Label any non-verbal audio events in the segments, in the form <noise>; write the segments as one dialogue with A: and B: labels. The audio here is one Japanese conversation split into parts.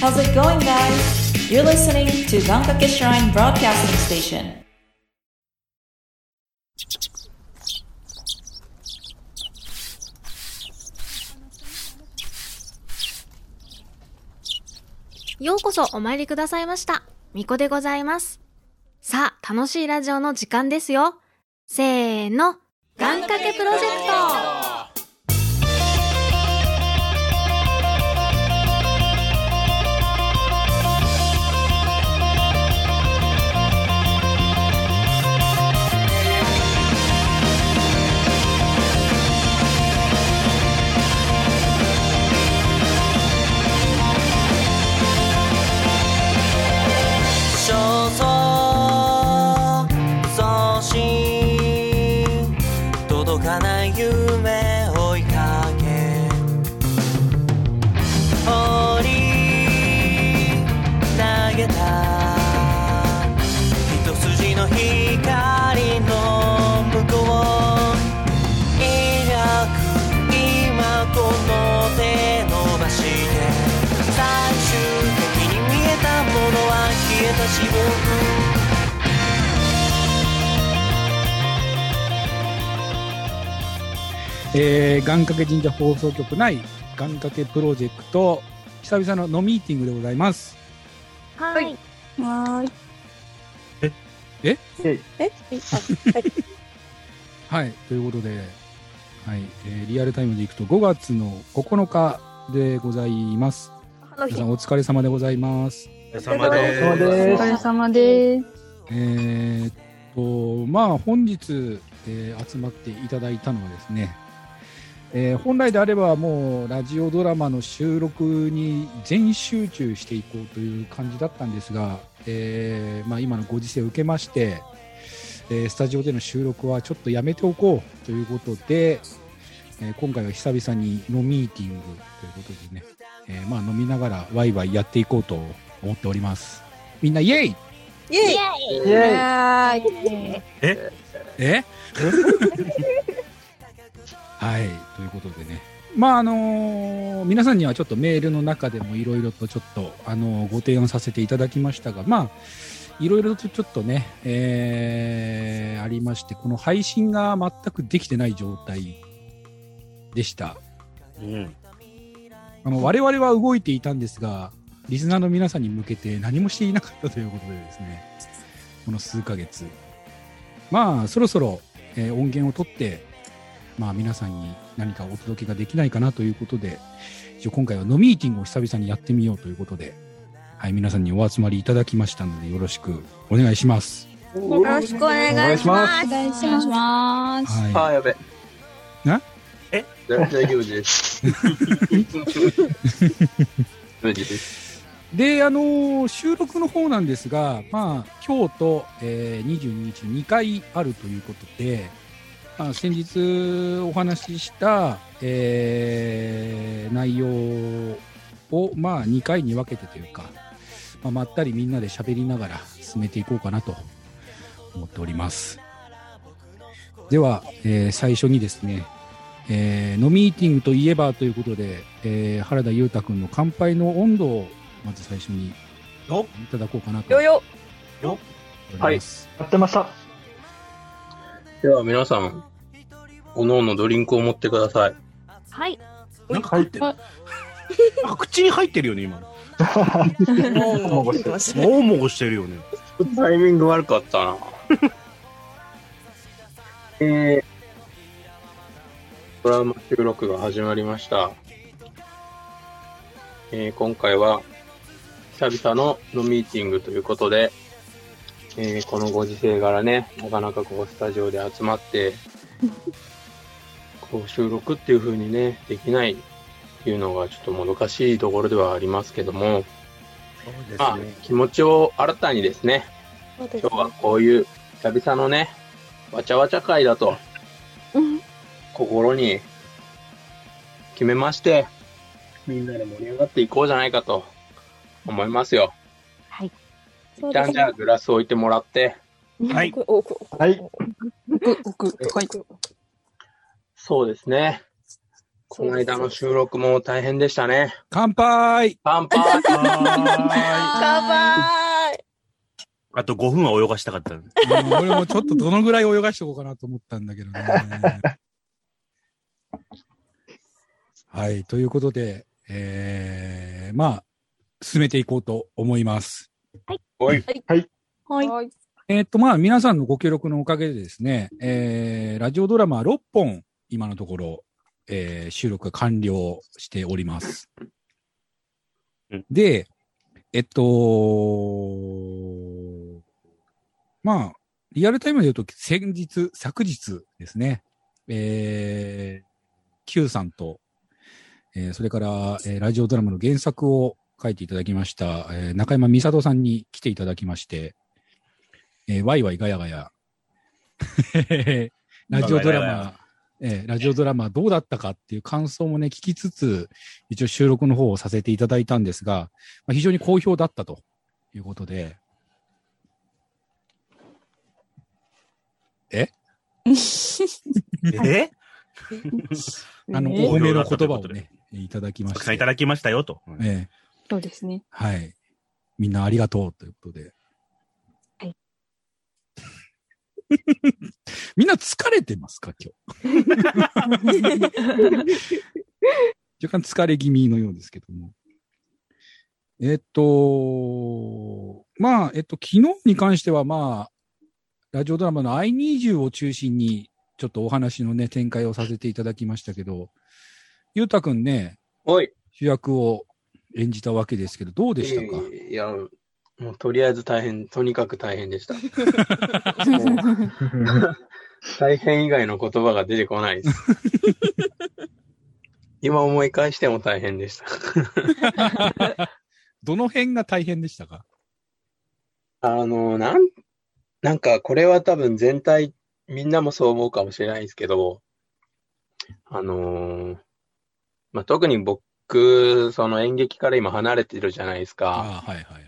A: How's it going, guys? You're listening to Gankake Shrine Broadcasting Station.
B: ようこそお参りくださいました。みこでございます。さあ、楽しいラジオの時間ですよ。せーの、願掛けプロジェクト
C: 焦燥送信届かない夢追いかけ放り投げた一筋の光の向こう抱く今この手伸ばして最終的に見えたものは消えた自分
D: えー、願掛け神社放送局内願掛けプロジェクト久々のノミーティングでございます
B: はい。
E: はーい。
D: <laughs> はいということで、はいえーリアルタイムでいくと5月の9日でございます皆さんお疲れ様でございます
F: お疲れ様で
E: お
F: す。
E: 疲れ様で
D: えーっとまあ本日、えー集まっていただいたのはですね、えー本来であればもうラジオドラマの収録に全集中していこうという感じだったんですが、えーまあ、今のご時世を受けまして、えースタジオでの収録はちょっとやめておこうということで、えー今回は久々に飲ミーティングということでね、えーまあ、飲みながらワイワイやっていこうと思っております。みんなイエイ
E: す。イエイイエイ
D: <laughs> えはい、ということでね。まああのー皆さんにはちょっとメールの中でもいろいろとちょっと、あのーご提案させていただきましたが、まあ、いろいろとちょっとね、えーありまして、この配信が全くできてない状態でした。
F: うん。
D: あの我々は動いていたんですが、リスナーの皆さんに向けて何もしていなかったということでですね、この数ヶ月。まあ、そろそろ、えー音源を取って、まあ、皆さんに何かお届けができないかなということで、一応今回はノミーティングを久々にやってみようということで、はい、皆さんにお集まりいただきましたので、よろしくお願いします。
E: よろしくお願いします。お願いします。
D: は
G: あーやべ。
D: な
F: え
G: だ大丈夫です。大丈夫です。
D: い。で、あのー収録の方なんですが、まあ、今日と、えー22日の2回あるということで、まあ、先日お話しした、えー内容を、まあ、2回に分けてというか、まあ、まったりみんなで喋りながら進めていこうかなと思っております。では、えー最初にですね、えー、のミーティングといえばということで、えー原田裕太君の乾杯の温度をまず最初にい
F: よった
D: だこうかなと
E: よ
D: 思い
E: よ。
D: ます。
H: やってました。
G: では皆さん、おのおのドリンクを持ってください。
B: はい。
F: なんか入ってる。なんか口に入ってるよね、今 <laughs> の。
H: もうごめんなさい
F: もごもごしてるよね。
G: タイミング悪かったな。えー、ドラマ収録が始まりました。えー、今回は、久々ののミーティングということで、えー、このご時世柄ね、なかなかこうスタジオで集まって、こう収録っていう風にね、できないっていうのがちょっともどかしいところではありますけども、まあ、気持ちを新たにですね、今日はこういう久々のね、わちゃわちゃ会だと
B: うん、
G: 心に決めまして、みんなで盛り上がっていこうじゃないかと思いますよ。
B: はい。
G: 一旦じゃあグラス置いてもらって、
F: はい。
H: はい。
E: 奥、奥、はい。
G: そうですね。この間の収録も大変でしたね。
D: 乾杯 <laughs>
G: 乾杯
C: 乾杯
F: あと5分は泳がしたかった。
D: うん俺もちょっとどのぐらい泳がしておこうかなと思ったんだけどね。 <laughs> はい、ということで、えー、まあ、進めていこうと思います。
G: おい、
E: はい。 <laughs>
D: えーっと、まあ、皆さんのご協力のおかげでですね、えー、ラジオドラマ6本、今のところ、えー、収録が完了しております
F: うん。
D: で、えっと、まあ、リアルタイムで言うと、先日、昨日ですね、えー、Q さんと、えー、それから、えー、ラジオドラマの原作を書いていただきました、えー、中山美里さんに来ていただきまして、えー、ワイワイガヤガヤ、 <laughs> ラジオドラ
F: ガヤガ
D: マ、えー、ラジオドラマどうだったかっていう感想もね、聞きつつ、一応収録の方をさせていただいたんですが、まあ、非常に好評だったということで、え
F: え
D: あの、
F: ね
D: お褒めの言葉をね、いただきま
F: たく
D: し
F: さん
D: て。
F: いただきましたよと。
D: ええ
E: そうで
D: <laughs>
E: すね。
D: はい。みんなありがとうということで。
E: はい
D: <laughs> みんな疲れてますか、今日。若干疲れ気味のようですけども。えっと、まあ、えっと、昨日に関しては、まあ、ラジオドラマの I need you を中心に、ちょっとお話のね、展開をさせていただきましたけど、ゆうたくんね、
G: おい。
D: 主役を演じたわけですけど、どうでしたか、
G: いや、もうとりあえず大変、とにかく大変でした。大変以外の言葉が出てこないです。今思い返しても大変でした。 <laughs>
D: <laughs> どの辺が大変でしたか
G: あの、なん、なんかこれは多分全体、みんなもそう思うかもしれないですけど、あのーまあ、特に僕、その演劇から今離れてるじゃないですか。
D: ああ、はいはいはい。
G: っ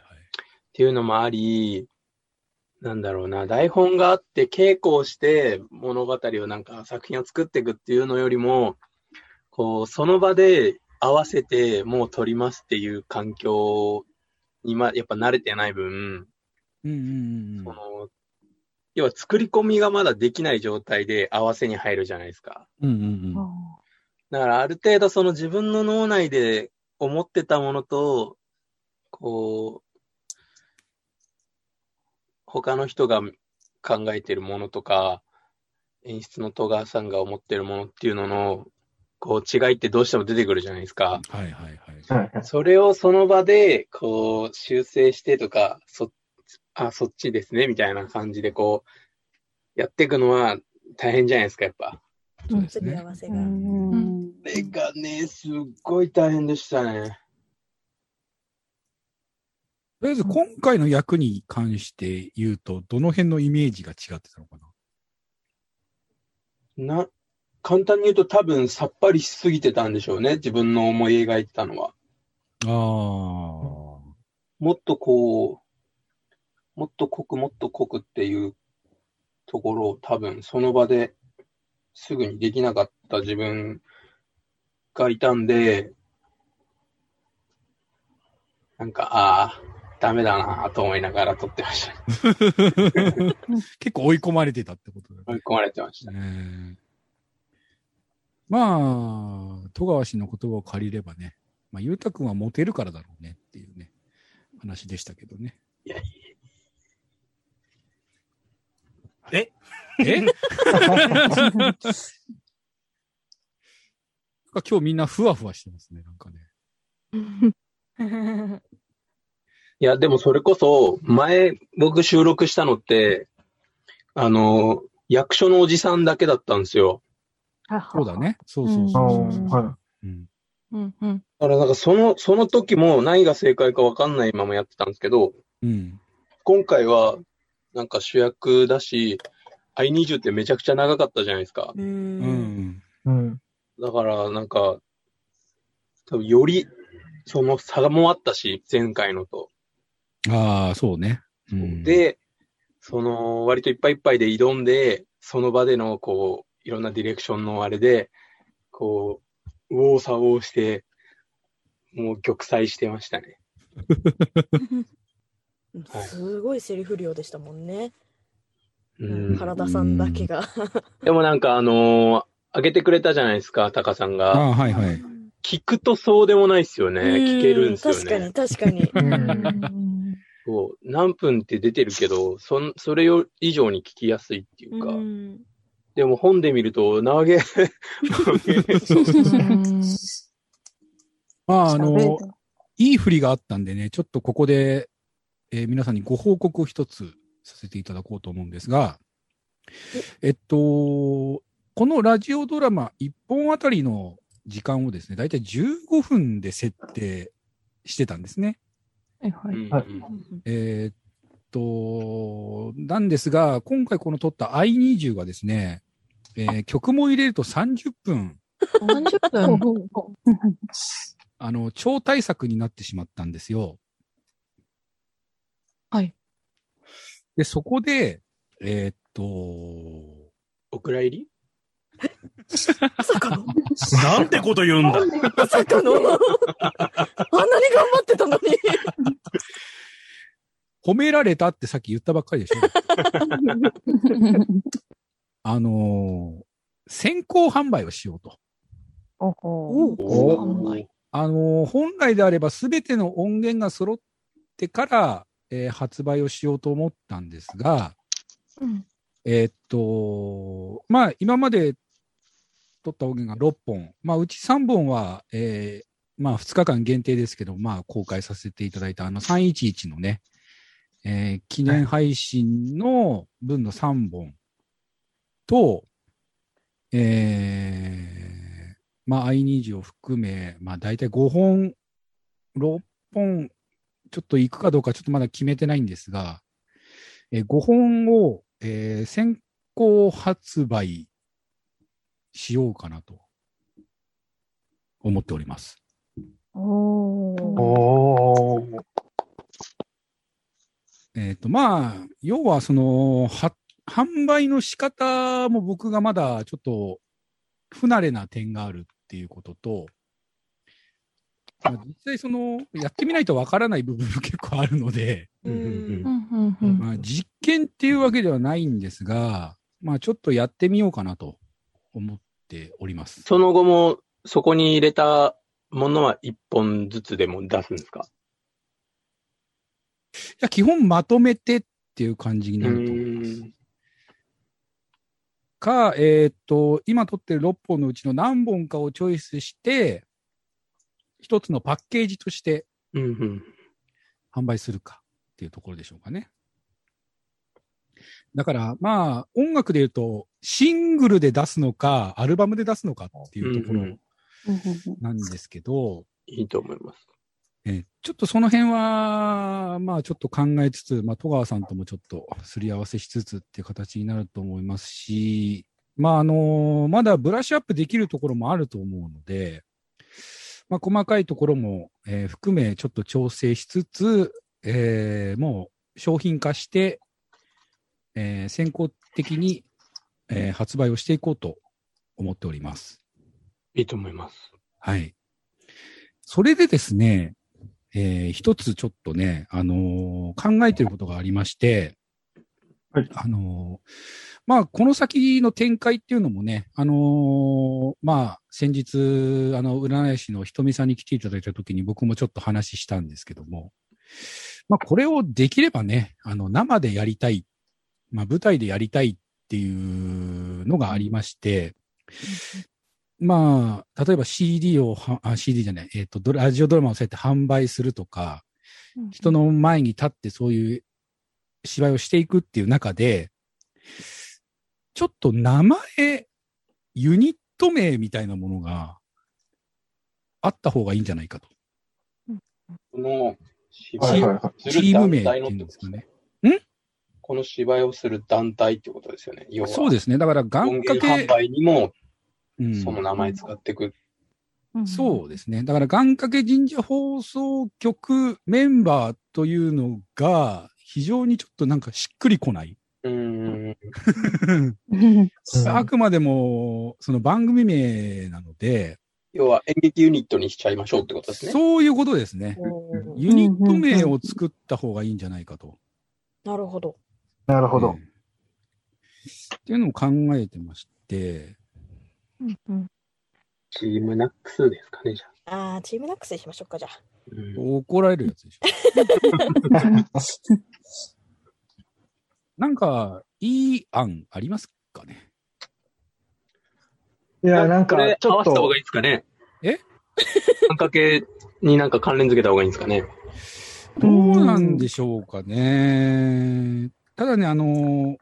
G: ていうのもあり、なんだろうな、台本があって稽古をして物語をなんか作品を作っていくっていうのよりも、こう、その場で合わせてもう撮りますっていう環境にま、やっぱ慣れてない分、
D: うんうんうん
G: その、要は作り込みがまだできない状態で合わせに入るじゃないですか。
D: うん。うんうん
G: だからある程度その自分の脳内で思ってたものと、こう、他の人が考えてるものとか、演出の戸川さんが思ってるものっていうのの、こう違いってどうしても出てくるじゃないですか。
D: はいはいはい。
G: それをその場で、こう、修正してとか、そ、あ、そっちですね、みたいな感じで、こう、やっていくのは大変じゃないですか、やっぱ。
D: そうです
C: すり合
D: ね。
C: わせ
E: う
C: が。
E: ん。
G: これがね、すっごい大変でしたね。
D: とりあえず今回の役に関して言うと、どの辺のイメージが違ってたのかな
G: な、簡単に言うと多分さっぱりしすぎてたんでしょうね。自分の思い描いてたのは。
D: あ
G: もっとこう、もっと濃くもっと濃くっていうところを多分その場ですぐにできなかった自分がいたんで、なんか、ああ、ダメだなと思いながら撮ってました。 <laughs>
D: あ。結構追い込まれてたってことだね
G: 追い込まれてました。
D: ねえまあ、戸川氏の言葉を借りればね、まあ、ゆうたくんはモテるからだろうねっていうね、話でしたけどね。
G: いやい
F: え
D: えなんか今日みんなふわふわしてますね、なんかね。
G: いや、でもそれこそ、前、僕収録したのって、あの、役所のおじさんだけだったんですよ。
D: そうだ。ね。そうそうそうそうそう。うん
E: うんうん。
G: だから、なんかその、その時も何が正解かわかんないままやってたんですけど、
D: うん。
G: 今回は、なんか主役だし、I20 ってめちゃくちゃ長かったじゃないですか。
C: う。
D: うんん。
G: だから、なんか、多分より、その差もあったし、前回のと。
D: ああ、そうね。うん、、
G: で、その、割といっぱいいっぱいで挑んで、その場での、こう、いろんなディレクションのあれで、こう、右往左往して、もう玉砕してましたね。
C: すごいセリフ量でしたもんね。
G: うん
C: 原田さんだけが。
G: でもなんかあのー、あげてくれたじゃないですか、タカさん
D: ああ、
G: が。
D: はいはい。
G: 聞くとそうでもないですよね。聞けるんですよね。
C: うん確かに、確かに。
G: そう何分って出てるけど、そんそれよ以上に聞きやすいっていうか、
C: うん
G: でも本で見ると、長げ、
D: まあ、あ
G: 喋れ
D: の、いい振りがあったんでね、ちょっとここで、えー皆さんにご報告を一つさせていただこうと思うんですが、えっと、このラジオドラマ1本あたりの時間をですね、だいたい15分で設定してたんですね。
E: はいはい。
G: はい
D: えーっと、なんですが、今回この撮った i20 がですね、えー曲も入れると30分、
E: 30分。
D: あの、超大作になってしまったんですよ。
E: はい。
D: で、そこで、えーっと、
G: お蔵入り
F: なんてこと言うんだ。
C: まさかの、あんなに頑張ってたのに。
D: 褒められたってさっき言ったばっかりでし
E: <laughs>
D: ょ。あのー先行販売をしようと。
E: おほ
G: おー
D: あのー本来であれば全ての音源が揃ってから、えー発売をしようと思ったんですが、
E: うん
D: えーっと、まあ、今まで撮った音源が6本、まあ、うち3本は、えーまあ、2日間限定ですけど、まあ、公開させていただいた、あの、311のね、えー記念配信の分の3本と、えーまあ、i20 を含め、まあ、大体5本、6本、ちょっと行くかどうか、ちょっとまだ決めてないんですが、えー5本を、えー先行発売しようかなと思っております。
E: お
I: おー。
D: えっ、と、まあ、要はその、は、販売の仕方も僕がまだちょっと不慣れな点があるっていうことと、まあ、実際その、やってみないとわからない部分も結構あるので、
F: うんうん
E: う
F: うん
E: んうんうん
D: まあ、実験っていうわけではないんですが、まあ、ちょっとやってみようかなと思っております。
G: その後も、そこに入れたものは一本ずつでも出すんですか
D: いや基本まとめてっていう感じに
G: う
D: なると思います。
G: ん。
D: か、えーっと、今撮ってる6本のうちの何本かをチョイスして、一つのパッケージとして
G: うんうん。
D: 販売するかっていうところでしょうかね。だから、まあ、音楽で言うと、シングルで出すのか、アルバムで出すのかっていうとこ
G: う
D: ろ
G: ん
D: なんですけど、
G: いいと思います。
D: えーちょっとその辺は、まあちょっと考えつつ、まあ戸川さんともちょっとすり合わせしつつっていう形になると思いますし、まああのまだブラッシュアップできるところもあると思うので、まあ細かいところも、えー含めちょっと調整しつつ、えーもう商品化して、えー先行的に、えー発売をしていこうと思っております。
G: いいと思います。
D: はい。それでですね、えー一つちょっとね、あのー考えてることがありまして、
I: はい
D: あのーまあ、この先の展開っていうのもね、あのーまあ、先日、あの、占い師のひとみさんに来ていただいたときに僕もちょっと話したんですけども、まあ、これをできればね、あの、生でやりたい、まあ、舞台でやりたいっていうのがありまして、まあ、例えば CD をは、あ CD じゃない、えっ、とドラ、ラジオドラマをそうやって販売するとか、人の前に立ってそういう芝居をしていくっていう中で、ちょっと名前、ユニット名みたいなものがあった方がいいんじゃないかと。
G: この芝
I: はい
G: 居
I: はい
G: を
I: は
G: す
D: チ
G: る
D: ーム名っ
G: 団
D: て
G: 体
D: い
G: のっ
D: うん
G: て
D: で
G: こ
D: す
G: と
D: かね。
G: この芝居をする団体ってことですよね。要は
D: そうですね。だから、願
G: 音
D: 掛
G: 源
D: け
G: 販、売にも、
D: うん
G: その名前使っていく。
D: そうですね。だから、願掛け神社放送局メンバーというのが、非常にちょっとなんかしっくりこない。
G: うん。
E: うん。
D: あくまでも、その番組名なので、
G: 要は演劇ユニットにしちゃいましょうってことですね。
D: そういうことですね。ユニット名を作った方がいいんじゃないかと。
C: なるほど。
I: なるほど。
D: っていうのを考えてまして、
G: チームナックスですかね、じゃあ。
C: ああ、チームナックスにしましょうか、じゃあ。
G: うん
D: 怒られるやつでしょ。なんか、いい案ありますかね
H: いや、なんか
G: これ、
H: ちょっ
G: 合わせた方
H: と
G: がいいですかね。 <laughs>
D: え
G: あんかけになんか関連付けた方がいいんですかね。
D: どうなんでしょうかね。ただね、あの、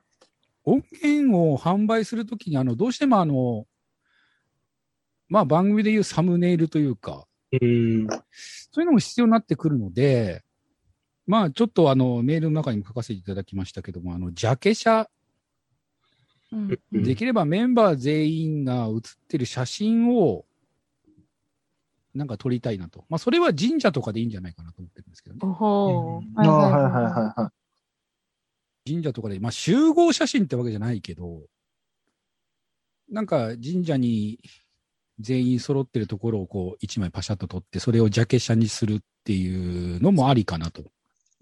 D: 音源を販売するときに、あの、どうしてもあの、まあ番組でいうサムネイルというか、
G: うん。
D: そういうのも必要になってくるので、まあちょっとあの、メールの中にも書かせていただきましたけども、あの、ジャケ写、
G: うん
D: できればメンバー全員が写ってる写真を、なんか撮りたいなと。まあそれは神社とかでいいんじゃないかなと思ってるんですけどね。
E: おほー。
H: あーはいはいはいは
D: 神社とかで、まあ、集合写真ってわけじゃないけど、なんか神社に全員揃ってるところをこう一枚パシャッと撮って、それをジャケ写にするっていうのもありかなと、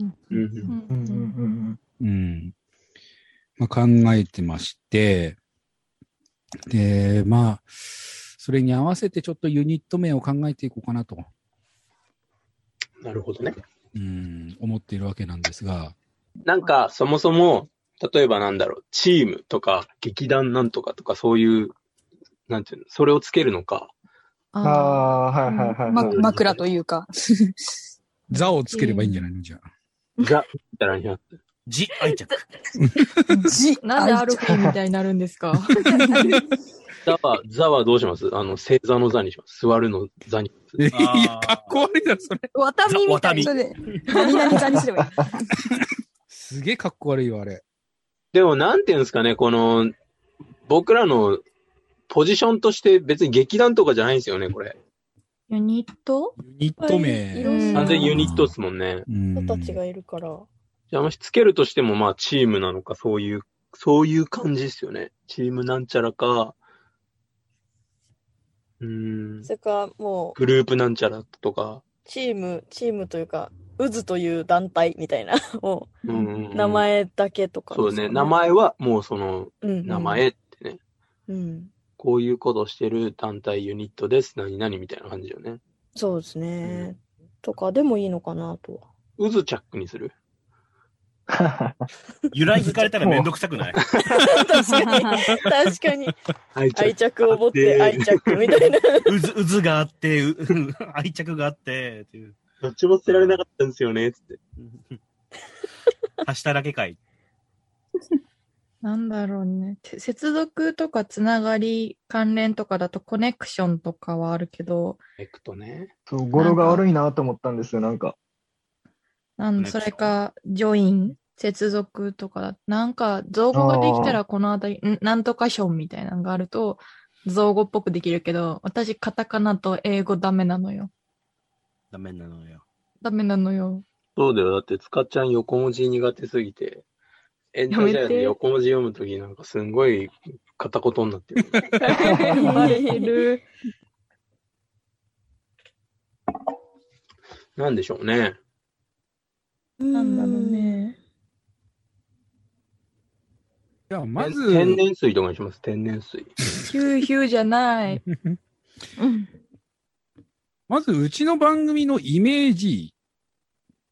G: うん。
H: い。うんうんうん
D: うんまあ、考えてまして、で、まあ、それに合わせてちょっとユニット名を考えていこうかなと、
G: なるほどね。
D: うん、思っているわけなんですが、
G: なんか、そもそも、例えばなんだろう、チームとか、劇団なんとかとか、そういう、なんていうの、それをつけるのか。
H: ああー、はいはいはい
A: ま
H: はい。
A: 枕というか。
D: 座をつければいいんじゃないのじゃあ。
G: ザ、みたいなのになって
F: じ、愛着。
A: じ
E: <laughs> なんでアルフォーみたいになる
A: <laughs>
E: んですか
G: ザは、ザはどうしますあの、正座の座にします。座るの座にします。
D: <laughs> いや、
F: ー
D: かっこ悪いな、それ。
A: わたみみたいな。
F: わたみ
A: それで、何々座にすればいい。
D: すげえかっこ悪いよ、あれ。
G: でも、なんていうんですかね、この、僕らのポジションとして別に劇団とかじゃないんですよね、これ。
E: <laughs> ユニット
D: ユニット
C: い
D: 名。
C: ろんな
G: 完全にユニットですもんね。
D: うん
C: 人たちがいるから。
G: じゃあ、もしつけるとしても、まあ、チームなのか、そういう、そういう感じですよね。チームなんちゃらか、うーん、
C: それか、もう、
G: グループなんちゃらとか、
C: チーム、チームというか、渦という団体みたいな、も
G: うんうんう
C: う、
G: ん
C: 名前だけとか、
G: そうね。名。前は、もうその、
C: うんうん、
G: 名前ってね、
C: うん。
G: こういうことをしてる団体ユニットです、何々みたいな感じよね。
C: そうですね。とかでもいいのかな
E: <laughs>
C: とは。
G: 渦チャックにする。
F: 由来聞かれたらめんどくさくない
C: 確かに、確か
E: <laughs>
C: に。
G: 愛
C: 愛着を持って
G: あって
C: 愛着みたいな。
F: うず、うずがあって、う <laughs> 愛着があって、っていう。
G: どっちも捨てられなかったんですよね、つって。
F: 足しただけかい。
E: なんだろうね。て接続とかつながり関連とかだとコネクションとかはあるけど、
G: エクトね。
H: そう、語呂が悪いなと思ったんですよ、なんか。
E: なん
F: コネクショ
E: そ
F: ン
E: れか、ジョイン、接続とかだ、なんか造語ができたらこのあたり、んなんとかションみたいなのがあると、造語っぽくできるけど、私カタカナと英語ダメなのよ。
F: ダメなのよ。
E: ダメなのよ。
G: そうだよ。だって、つかちゃん横文字苦手すぎて、エンタ
E: や
G: ー
E: め
G: ジャイ
E: て
G: アンで横文字読むときなんかすんごい片言になってる。
E: バレる。
G: なんでしょうね。
E: なんだろうね。
D: じゃあ、まず、
G: 天然水とかにします。天然水。
E: ヒューヒューじゃない。うん
D: まず、うちの番組のイメージ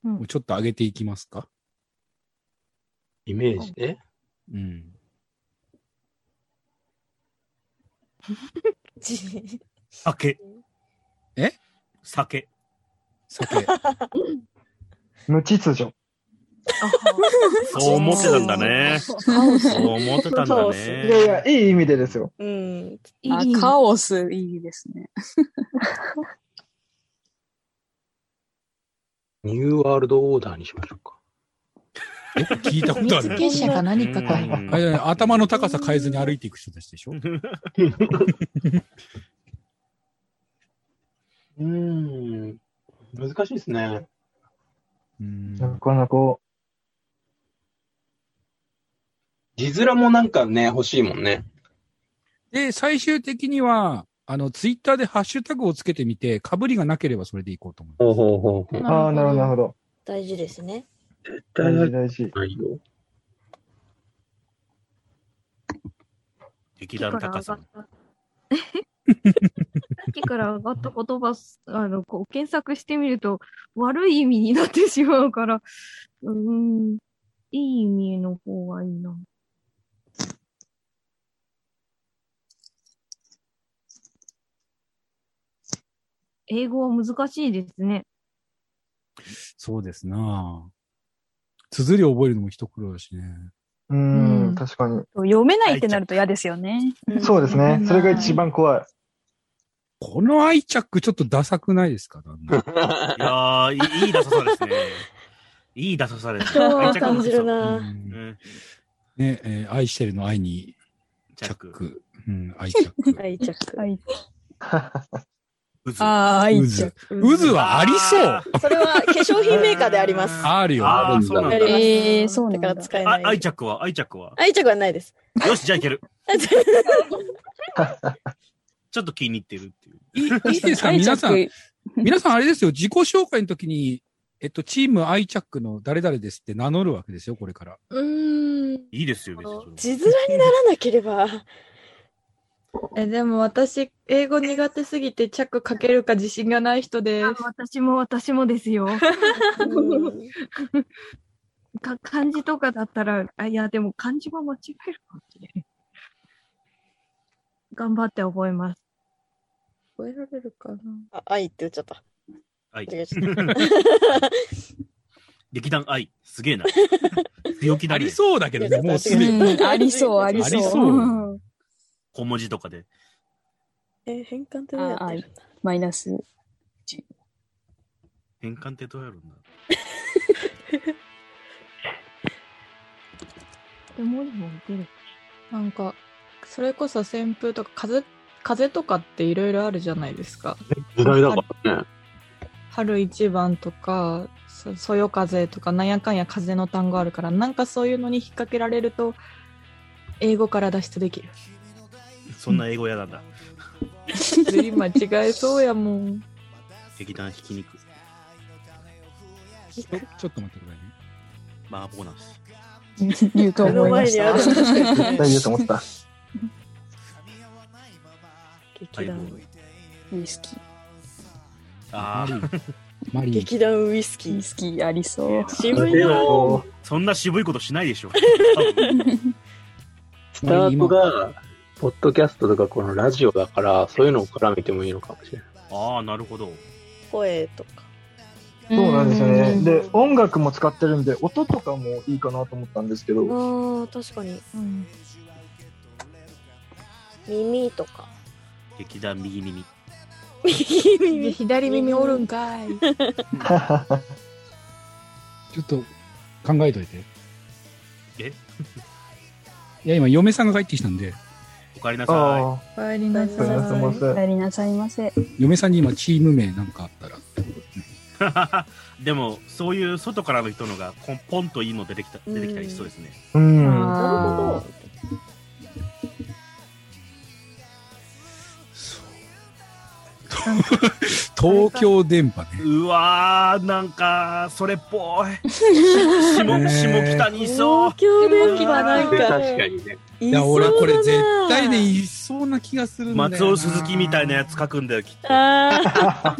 D: をちょっと上げていきますか。
G: イメージね。
D: うん。
C: じ
F: 酒。
D: え
F: 酒。
D: 酒。
H: 無秩序。
F: そう思ってたんだね。そう思ってたんだ
H: いやい
F: ね。
H: や、いい意味でですよ。
C: うん。
A: あカオス、いいですね。
G: ニューワールドオーダーにしましょうか。
D: え聞いたことあ <laughs>
E: 見つ
D: る。
E: け者か何かかい。
D: あいやい
F: うん
D: や頭の高さ変えずに歩いていく人たちでしょ
G: うーん。難しいですね。
D: うん。
H: なかなか、こ
G: 字面もなんかね、欲しいもんね。
D: で、最終的には、ああの、ツイッターでハッシュタグをつけてみて、かぶりがなければそれでいこうと思い
G: ます。ほうほ
H: うほうああ、なるほど、なるほど。
C: 大事ですね。
H: 大事、大事。
G: ないよ。
F: 劇団高さ
J: さ
F: ん。
J: っきから上がった言葉、あの、こう、検索してみると、悪い意味になってしまうから、うーん、いい意味の方がいいな。英語は難しいですね。
D: そうですな綴りを覚えるのも一苦労だしね。
H: うーん、確かに。
A: 読めないってなると嫌ですよね。
H: そうですね。それが一番怖 <laughs> い。
D: この愛着ちょっとダサくないですか <laughs>
F: いやー、いいいいダサさ <laughs> ですね。いいダサさですね。
C: そう
F: 愛着の
C: 感
F: ダサ
C: じ
F: さ
C: るな。
F: うん
D: ね、えー愛してるの愛に着。うん、愛着。
C: 愛着。
A: 愛着。
D: 渦
A: ああ、 <laughs> 愛
D: 渦
A: 着。。
D: 渦はありそう
C: それは化粧品メーカーであり <laughs> ます。
D: あるよ。
F: あー、そうなんだ。
C: ええ、そうだから使え
F: あ
C: ない。
F: 愛着は、愛着は。
C: 愛着はないです。
F: よし、じゃあい
C: <laughs>
F: ける。ちょっと気に入ってるっていう。
D: いいいですか
A: 愛着
D: 皆さん。皆さんあれですよ、自己紹介の時に、えっと、チーム愛着の誰々ですって名乗るわけですよ、これから。
C: うーん。
F: いいですよ、別に。
C: 字面にならなければ。
E: え、でも私、英語苦手すぎて着かけるか自信がない人です。
J: 私も私もですよ。か漢字とかだったら、あいや、でも漢字は間違えるかもしれない。頑張って覚えます。
E: 覚えられるかな
C: あ、愛って言っちゃった。
F: 愛
C: 間違えちゃっ
F: 劇団愛。
C: <laughs>
F: すげえな。強気だね。。
D: ありそうだけどねもうすで
A: にうんありそうありそうありそう
F: 小文字とかで。
C: えー変換ってどうや
A: あ
C: って
A: 愛
C: る
A: マイナス1。
F: 変換ってどうやるんだ
J: でも、も出る。
E: なんか、それこそ旋風とか風、風とかっていろいろあるじゃないですか。
G: 時代だからね。
E: 春一番とか、そそよ風とか、なんやかんや風の単語あるから、なんかそういうのに引っ掛けられると、英語から脱出できる。
F: そんな英語嫌なんだ。
E: 釣り間違えそうやもん。
F: 劇団ひき肉。
D: ちょちょっと待ってくださいね。
F: マーボーナス。
A: 言うと思いまし
C: 目の前にある
H: 絶対言うと
A: た。
H: 思った。
C: 劇団
A: ウイスキー。
F: ああ。
D: マリー。
C: 劇団ウイスキ
A: ウイ
C: ー。
A: スキーありそう。
C: 渋いなぁ。
F: そんな渋いことしないでしょ。
G: スタートが、ポッドキャストとかこのラジオだから、そういうのを絡めてもいいのかもしれない。
F: ああ、なるほど。
C: 声とか。
H: そうなんですよ
A: う
H: ね。
A: ん
H: で、音楽も使ってるんで、音とかもいいかなと思ったんですけ
C: あ
H: <laughs> ど、
C: ー、確かに。
E: うん。
C: 耳とか。
F: 劇団右耳。
C: 右 <laughs>
E: で
C: 耳。
E: 左耳おるん <laughs> かい。
D: ちょっと考えといて。
F: え
D: いや、今、嫁さんが帰ってきたんで、
F: おかえりなさ
H: あ
E: おかえりなさ
H: あ、
E: い。
H: ありがとうござい
A: お
H: ま
A: 帰りなさいませ。
D: 嫁さんに今、チーム名なんかあったら。
F: い。でも、そういう外からの人のが、こんポンといいの出てきた、出てきたりしそうですね。
H: す。うん。
A: あ
C: あ
D: <laughs> 東京電波ね。
F: うわー、なんか、それっぽい。下、
D: ねえ
F: 下北にいそう
C: 東。京電
F: 気
C: 気はなん
G: で確
C: か、
G: かにね。
C: い
D: い
C: そ
D: や、
C: う
D: 俺、これ絶
C: だな
D: 対ね、いそうな気がするんだよな
F: 松尾鈴木みたいなやつ書くんだよ、きっと。
C: あ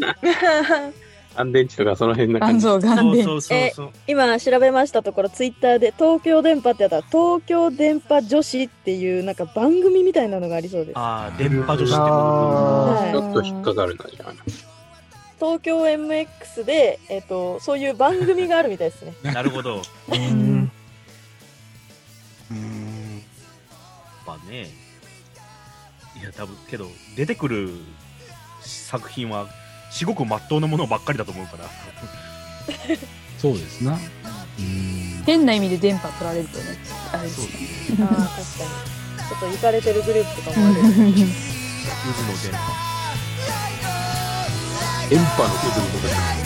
G: 安電池とかその辺な
A: 肝
G: 感じ。
A: 臓がん
F: そ
A: で
F: う。そうそうそう。
C: ー <laughs> 今調べましたところ、ツイッターで東京電波ってやったら、東京電波女子っていうなんか番組みたいなのがありそうです。
F: ああ、電波女子ってこと
H: あ
G: ちょっと引っかかるな、じゃあ。
C: 東京 MX で、えっと、そういう番組があるみたいですね。
F: なるほど。やっ
H: うん
D: うん
F: ぱね。いや、多分、けど、出てくる作品は、至極真っ当なものばっかりだと思うから。
D: そうですな。うん。
A: 変な意味で電波取られるとね。あれですね。
C: <laughs> あー確かに。ちょっと行かれてるグループとかもある。
F: 渦の電波。
G: 電波の部分とかじゃない。